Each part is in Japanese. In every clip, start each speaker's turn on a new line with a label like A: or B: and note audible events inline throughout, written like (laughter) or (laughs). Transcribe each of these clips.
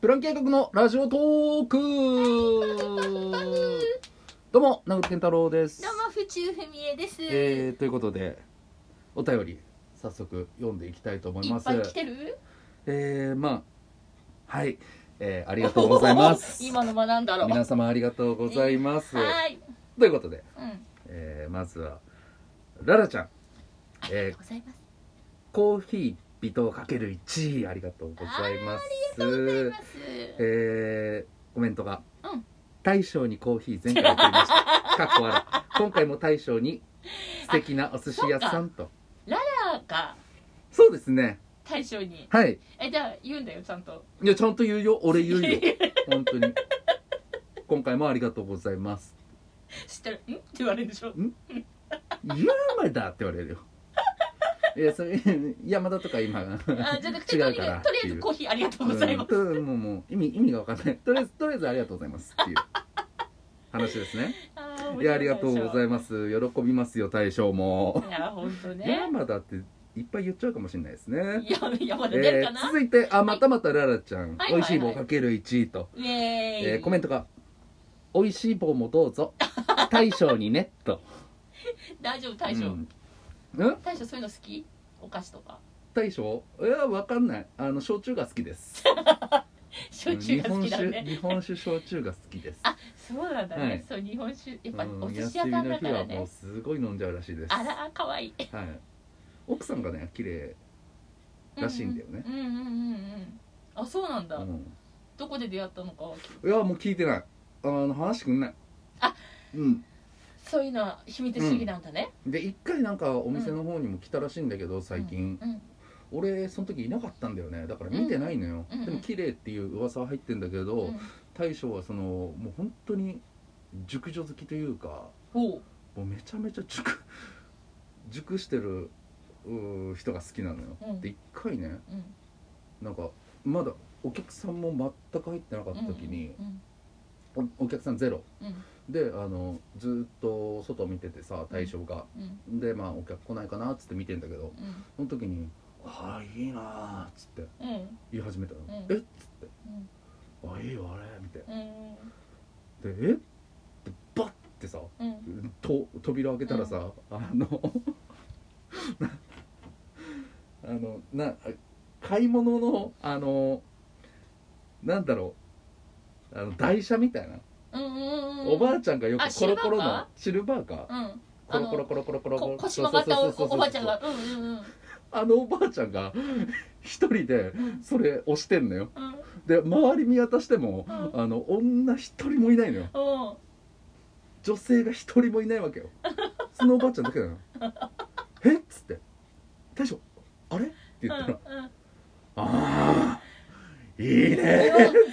A: プラン計画のラジオトー
B: (laughs)
A: クどうも、名古健太郎です
B: ど。うも、府中ふみえです。
A: えー、ということで、お便り、早速読んでいきたいと思い
B: い
A: ま
B: っ
A: す
B: ぱ。い来てる。
A: えー、まあ、はい、えー、ありがとうございます。
B: (laughs) 今の学んだろ。
A: 皆様ありがとうございます。
B: はい。
A: ということで、
B: うん。あり
A: えー、まずは、ララちゃん、
B: が
A: え
B: とう
A: ー、
B: ございます。
A: コーヒー、微糖かける1位、ありがとうございます。
B: ありがとうございます。
A: えーコメントが、
B: うん
A: 大将にコーヒー前回送りました
B: (laughs)
A: かっこ笑い今回も大将に素敵なお寿司屋さんと
B: ラーが
A: そうですね
B: 大将に。
A: はい
B: え、じゃあ、言うんだよ、ちゃんと。
A: いやちゃんと言うよ俺言うよ
B: (laughs) 知
A: 本当に今回もありがとうございます
B: ってる。んって言われる
A: (laughs)
B: でしょ。
A: 山田って言われるよいやそれ山田とか今
B: あ、じゃなくて、
A: 違
B: と
A: う
B: り
A: から
B: あえずとりあえずコーヒーありがとうございます。
A: うんともうもう意味意味が分かんないとりあえずとりあえずありがとうございますっていう話です
B: (laughs)
A: ね
B: あ
A: いやありがとうございます喜びますよ大将も
B: す。いや、本当ね。
A: 山田っていっぱい言っちゃうかもしれないですね。
B: いや、山田出
A: え
B: るか
A: ー
B: な。
A: 続いてあまたまたララちゃん、
B: はい
A: 美味しい棒かける1位と、
B: イエーイ。
A: えーコメントが「美味しい棒もどう
B: (laughs)
A: ぞ大将にね」と
B: 大丈夫、大
A: う。ん、
B: 将
A: うん
B: 大将、そういうの好き。お菓子とか。
A: 大将いやわかんないあの焼酎が好きです
B: (laughs) 焼酎が好きだね。
A: 日本酒日本酒焼酎が好きです
B: あそうなんだね、
A: はい
B: そう日本酒やっぱ
A: うん
B: お寿司屋さんだか
A: 休みの日はも
B: らね
A: うすごい飲んじゃうらしいです
B: あらかわいい
A: はい、奥さんがね綺麗らしいんだよね
B: うんうんうんうんうんあそうなんだ、
A: うん
B: どこで出会ったのかは聞く
A: いやもう聞いてないあの話してくんない
B: あ
A: うん
B: そういうのは秘密主義なんだね、
A: で一回なんかお店の方にも来たらしいんだけど、最近、
B: うん
A: 俺その時いなかったんだよねだから見てないのよ、
B: うんうん
A: でも綺麗っていう噂は入ってんだけど、
B: うん
A: 大将はそのもう本当に熟女好きというか
B: おう
A: もうめちゃめちゃ熟 (laughs) 熟してるうー人が好きなのよ、
B: うん
A: で一回ね
B: うん
A: なんかまだお客さんも全く入ってなかった時に、
B: うん
A: おお客さんゼロ
B: うん
A: であのずーっと外見ててさ大将が、
B: うん
A: でまあお客来ないかなっつって見てんだけど、
B: うん
A: その時に「ああいいな」っつって
B: うんうん
A: 言い始めたの「
B: ん
A: えっ?」つって「あいいよあれ」みたいな
B: うん
A: で「えっ?」てバッてさ
B: うん
A: と扉開けたらさ、あの (laughs) あのな買い物のあのなんだろうあの台車みたいな、
B: うんうんうん
A: おばあちゃんがよ
B: あ
A: くコロコロの
B: シルバーカ
A: シルバーカー
B: うん
A: コロコロコロコロコロコ
B: こ
A: ロ
B: 腰曲がった
A: そ
B: お
A: うそうそうそう
B: おばあちゃんがうんうんうん
A: あのおばあちゃんが (laughs) 一人でそれ押してんのよ
B: うん
A: で周り見渡しても、
B: う
A: あの女一人もいないのよ
B: うん
A: 女性が一人もいないわ
B: (laughs)
A: けよそのおばあちゃんだけだよえっつって「大将あれ?」って言ったら「
B: うん
A: ああいいね」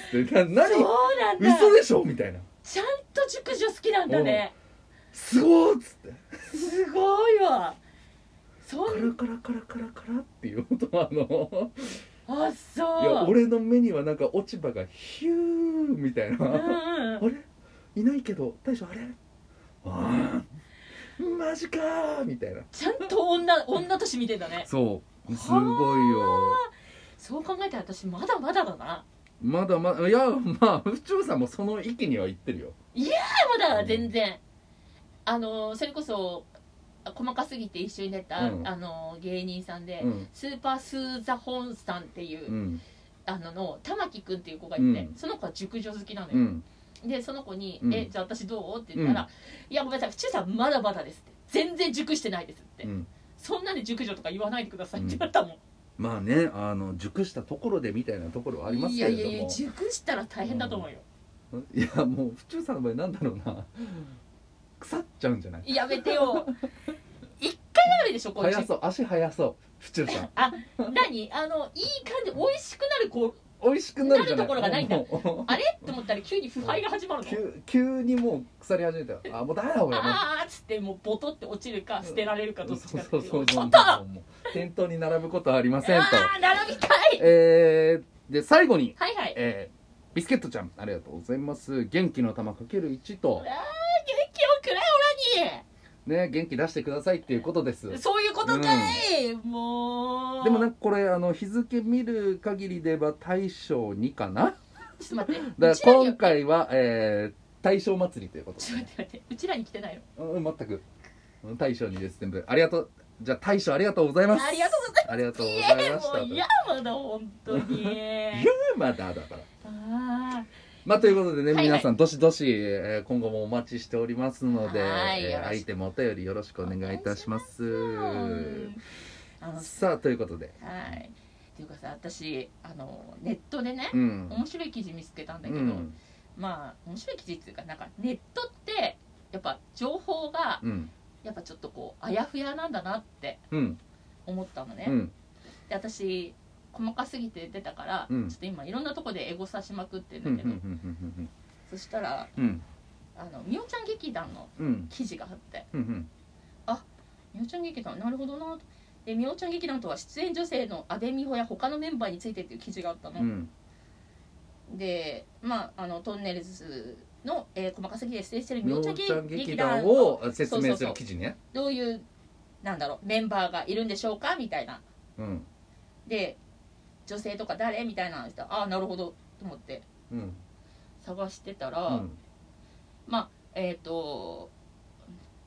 A: ってな何
B: そうなんだ
A: 嘘でしょみたいな
B: ちゃんと熟女好きなんだね
A: 「すごーっつって
B: すごいわ
A: 「
B: そ
A: カ
B: ん
A: ラカラカラカラカラ」っていう音はあの
B: あそう
A: い
B: い
A: や俺の目にはなんか落ち葉がヒューみたいな、
B: うんうん
A: (laughs) あれいないけど大将あれああマジかーみたいな
B: ちゃんと女女として見てんだね
A: そうすごいよ
B: そう考えたら私まだまだだな
A: まだまだいやまあ府中さんもその域には行ってるよ
B: まだ全然あのそれこそあ細かすぎて一緒に出た、
A: うん
B: あの芸人さんで、
A: うん
B: スーパースーザホンさんっていう、
A: うん
B: あのの玉木くんっていう子がいて、
A: うん
B: その子は熟女好きなの
A: う
B: よ、
A: ん
B: でその子に「
A: うん
B: えじゃあ私どう?」って言ったら「いやごめんなさい府中さんまだまだです」って「全然熟してないです」って、
A: うん
B: そんなに熟女とか言わないでください」って言われたもん
A: まあねあの熟したところでみたいなところはあります
B: い
A: け
B: や
A: れ
B: い
A: ど
B: や
A: も
B: いや熟したら大変だと思うよ、
A: いやもう府中さんの場合なんだろうな腐っちゃうんじゃない
B: (laughs) やめてよ一回あるでしょこっち
A: 速そう足速そう府中
B: (laughs)
A: さん
B: あ何あのいい感じ美味しくなるこう
A: 美味しくなるじゃない
B: なるところがないんだ
A: もう
B: あれって思ったら急に腐敗が始まるの
A: 急急にもう腐り始めたよあもうダメだ俺もう
B: あーっつってもうボトって落ちるか捨てられるかどっち
A: そ
B: か
A: うそ
B: っていうう
A: そう
B: ち
A: そ
B: ょ
A: う
B: っと
A: もう店頭に並ぶことはありませんと
B: あー並びたい
A: えー、で最後に
B: はいはい
A: えービスケットちゃんありがとうございます元気の玉かける1
B: あー
A: と
B: 元、気をくれオラ
A: ね、元気出してくださいっていうことです
B: にそういうことかい、もう
A: でもなんかこれあの日付見る限りでは大将2かな
B: ちょっと待って
A: だ
B: う
A: か
B: ちら
A: ら
B: に
A: 今回は、えー、大正祭りということ
B: ちょっと待って待ってうちらに来てないの
A: うん全くうん大将にです全部ありがとうじゃあ大将ありがとうございます
B: ありがとうござい
A: ありがとうございました
B: えー、もう嫌だ本当に
A: いや (laughs) まだだから
B: あ
A: まあということでね、
B: はいはい
A: 皆さんどしどし、えー今後もお待ちしておりますので、
B: はい
A: えー
B: よろしく
A: アイテムお便りよろしくお願いいたします
B: ーうんあの
A: さあということで
B: はいっていうかさ私あのネットでね
A: うん
B: 面白い記事見つけたんだけど、
A: うん
B: まあ面白い記事っていうかなんかネットってやっぱ情報が
A: うん
B: やっぱちょっとこうあやふやなんだなって
A: うん
B: 思ったのね、
A: うん
B: で私細かすぎて出たから、
A: うん
B: ちょっと今いろんなとこでエゴさしまくってるん
A: うん
B: だけ
A: う
B: ど、
A: ん
B: そしたら
A: うん
B: あのみおちゃん劇団の
A: うんうん
B: 記事があって
A: うんうん
B: みおちゃん劇団なるほどなとでみおちゃん劇団とは出演女性の阿部美穂や他のメンバーについてっていう記事があったの、
A: うん
B: でまああのトンネルズの、えー細かすぎて出演してるみ
A: み
B: お
A: お
B: ちゃん
A: ちゃん劇
B: 劇
A: 団
B: 団
A: を
B: を
A: 説明する記事ね
B: どういうなんだろうメンバーがいるんでしょうかみたいな
A: うん
B: で女性とか誰みたいなの言ったらああなるほどと思って
A: うん
B: 探してたら、
A: うん
B: えっ、と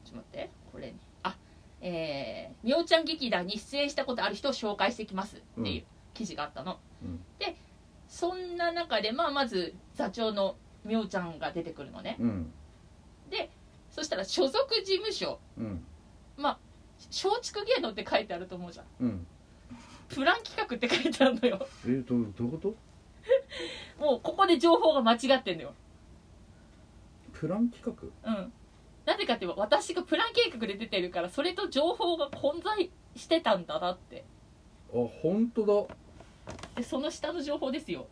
B: ちょっと待ってこれあえー、みおちゃん劇団に出演したことある人を紹介してきますっていう記事があったの、
A: うん
B: でそんな中で、まあ、まず座長のみおちゃんが出てくるのね
A: うん
B: そしたら所属事務所
A: うん
B: 松竹芸能って書いてあると思うじゃん
A: うん
B: プラン企画って書いてあるのよ
A: えー、どうどういうこと
B: もうここで情報が間違ってんのよ
A: プラン企画
B: うんなぜかっていうと私がプラン計画で出てるからそれと情報が混在してたんだなって
A: あ本当だ
B: でその下の情報ですよ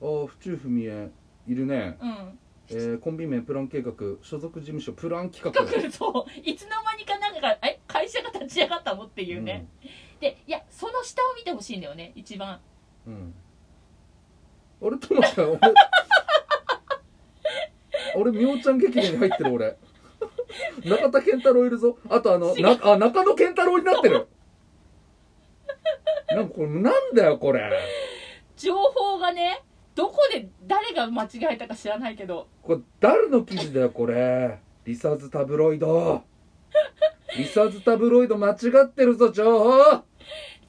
A: あ府中文江いるね
B: うん
A: えー、コンビ名プラン計画所属事務所プラン企
B: 企
A: 画
B: 画そういつの間にかなんかがえ会社が立ち上がったのっていうね、でいやその下を見てほしいんだよね一番
A: うん、うん、あれトマちゃん俺俺みおちゃん劇団に入ってる俺中田健太郎いるぞあとあの
B: 違う
A: なあ中野健太郎になってるなんかこれなんだよこれ
B: 情報がねどこで誰が間違えたか知らないけど
A: これ誰の記事だよこれリサーズタブロイドリサーズタブロイド間違ってるぞ情報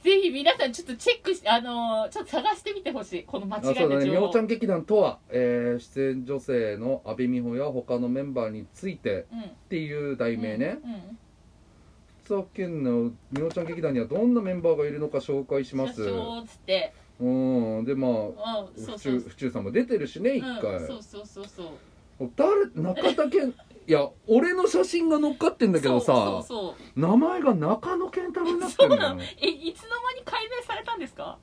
B: ぜひ皆さんちょっとチェックしてあのーちょっと探してみてほしいこの間違
A: あそう
B: え
A: だ
B: た
A: ね、
B: 情
A: みお
B: 報
A: ちゃん劇団とは、えー出演女性の阿部美穂や他のメンバーについてっていう題
B: うん
A: 名ね
B: うん、
A: 佐賀県のみおちゃん劇団にはどんなメンバーがいるのか紹介し
B: うん、
A: ま
B: 社
A: す
B: 長っつって
A: うんでまあ
B: あそう
A: 府
B: そう
A: 中府中さんも出てるしね一回、
B: うん、そうそうそうそう
A: 誰中田
B: (laughs)
A: 健いや俺の写真が乗っかってんだけどさ
B: そうそうそう
A: 名前が中野健太郎になって
B: そ
A: る
B: う
A: の
B: な
A: よ
B: のえいつの間に解明されたんですか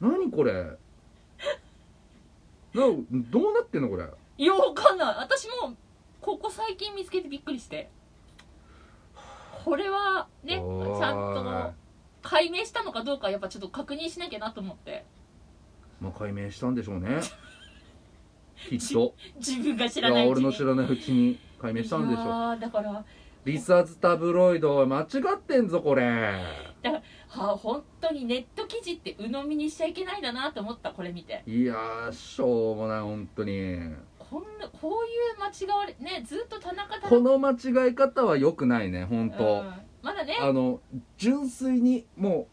A: 何これなどうなってんのこれ
B: いやわかんない私もここ最近見つけてびっくりしてこれはねちゃん
A: おー
B: と解明したのかどうかやっぱちょっと確認しなきゃなと思って
A: まあ解明したんでし
B: (laughs)
A: ょうねきっと
B: 自分が知
A: い
B: ら
A: や
B: ないうち
A: 俺
B: に
A: の知らないうちに解明したんでし
B: いや
A: ょう
B: ーだからは
A: リサーズタブロイドは間違ってんぞこれ
B: あ本当にネット記事って鵜呑みにしちゃいけないんだなと思ったこれ見て
A: いやーしょうもない本当に
B: こんなこういう間違われねずっと田中田
A: この
B: 中
A: 間違え方は良くないね本
B: う
A: 当
B: んまだね
A: あの純粋にも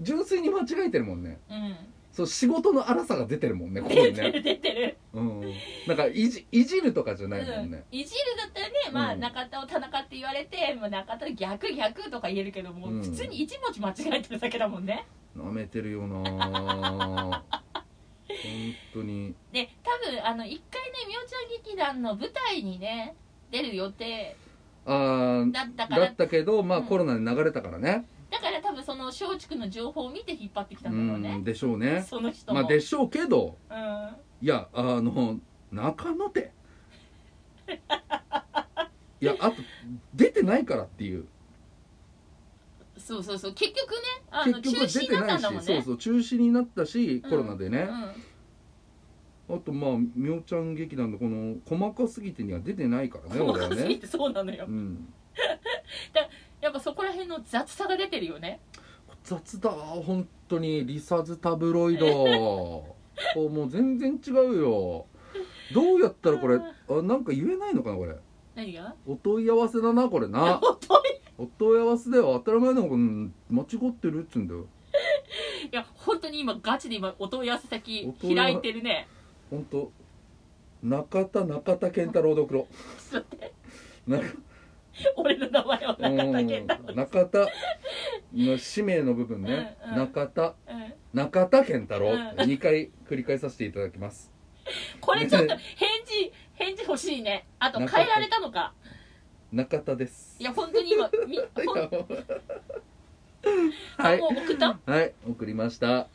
A: う純粋に間違えてるもんね
B: うん
A: そう仕事の荒さが出てるもんねここ
B: 出
A: に
B: て
A: ね
B: る出てる、
A: うんなんかいじいじるとかじゃ
B: う
A: ないもん
B: ん
A: ね、
B: いじるだったらね、まあ、
A: うん
B: 中田を田中って言われてもう中田逆逆とか言えるけども、
A: うん
B: 普通に一文字間違えてるだけだもんね
A: 舐めてるよなー
B: (laughs)
A: 本当に
B: で多分あの一回ねみおちゃん劇団の舞台にね出る予定
A: ああ
B: だったか
A: だ
B: ら
A: ったけどまあ、
B: うん
A: コロナで流れたからね
B: だから多分その松竹の情報を見て引っ張ってきた
A: うん
B: だろうね
A: んでしょうね
B: (laughs) その人も、
A: まあでしょうけど
B: うん
A: いやあの中野手
B: (laughs)
A: いやあと出てないからっていう
B: そうそうそう結局ねあの
A: 結
B: 中
A: 局出
B: 止に
A: て
B: なっ
A: な
B: た
A: い
B: ん
A: し
B: だもん
A: そう
B: ね
A: そう中止になったしコロナでね
B: う、ん
A: あとまあみおちゃん劇団のこの「細かすぎて」には出てないからね
B: 細
A: 俺は
B: かすぎ
A: ね、
B: てそうなのよ
A: うん、
B: やっぱそこら辺の雑さが出てるよね (laughs)
A: 雑だわ本当にリサーズタブロイドおもう全然違うよどうやったらこれあなんか言えないのかなこれ
B: 何が
A: お問い合わせだなこれ
B: (laughs)
A: な
B: お問い
A: お問い合わせだよ当たり前だもん間違ってるっつうんだよ
B: いや本当に今ガチで今お問い合わせ
A: お
B: 先
A: 問い合わ
B: 開いてるね (laughs)
A: ほんと中田中田健太郎で送ろ
B: (laughs) ちょっと待って
A: うな
B: 俺の名前は
A: う
B: 中田健太
A: ん中田の氏名の部分ね、
B: うんうん
A: 中田
B: うん
A: 中田健太郎、
B: う
A: 2回繰り返させていただきます
B: これちょっと返事変事欲しいねあと変えられたのか
A: 中田です
B: いや本当に今
A: (laughs)
B: み (laughs) ほん
A: はい
B: もう送った
A: はい送りました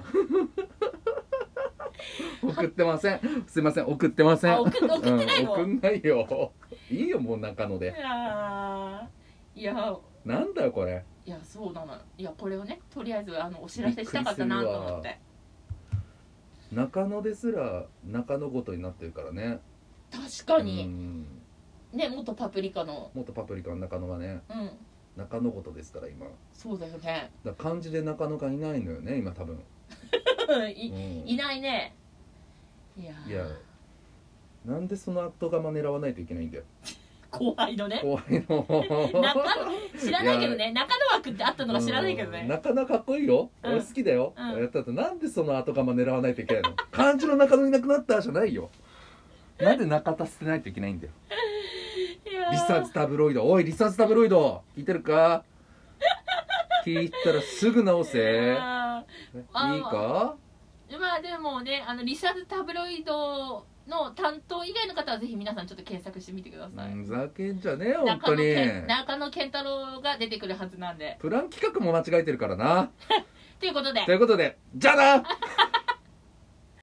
A: 送ってませんすいません送ってません
B: あ送っ送ってないの
A: うん、送んないよいいよもう中野で
B: あーいや
A: なんだよこれ
B: いやそうなのいやこれをねとりあえずあのお知らせしたかったなと思って
A: 中野ですら中野ごとになってるからね
B: 確かに、
A: ん
B: ね元パプリカの
A: もっとパプリカの中野はね
B: うん
A: 中野ごとですから今
B: そうだよね
A: だから漢字でなかなかいないのよね今多分、
B: い
A: うん
B: いないねいやー
A: いやなんでその後釜狙わないといけないんだよ
B: 後輩のね
A: 怖いの
B: (laughs) 中野知らないけどね中野枠ってあったのが知らないけど
A: う
B: ね
A: んなかなかかっこいいよ、
B: うん
A: 俺好きだよ、
B: うん
A: やったとなんでその後釜狙わないといけないの漢字の中野いなくなったじゃないよなんで中田捨てないといけないんだよ
B: いやー
A: リサーズタブロイドおいリサーズタブロイド聞いてる
B: (laughs)
A: か聞いたらすぐ直
B: い
A: せいい
B: やー
A: か
B: ーまあでもねあのリサーズタブロイドの担当以外の方はぜひ皆さんちょっと検索してみてください、
A: ふざけんじゃねえよ本
B: 中
A: 当
B: 野
A: に
B: 健中野健太郎が出てくるはずなんで
A: プラン企画も間違えてるからな
B: ということで
A: ということでじゃあな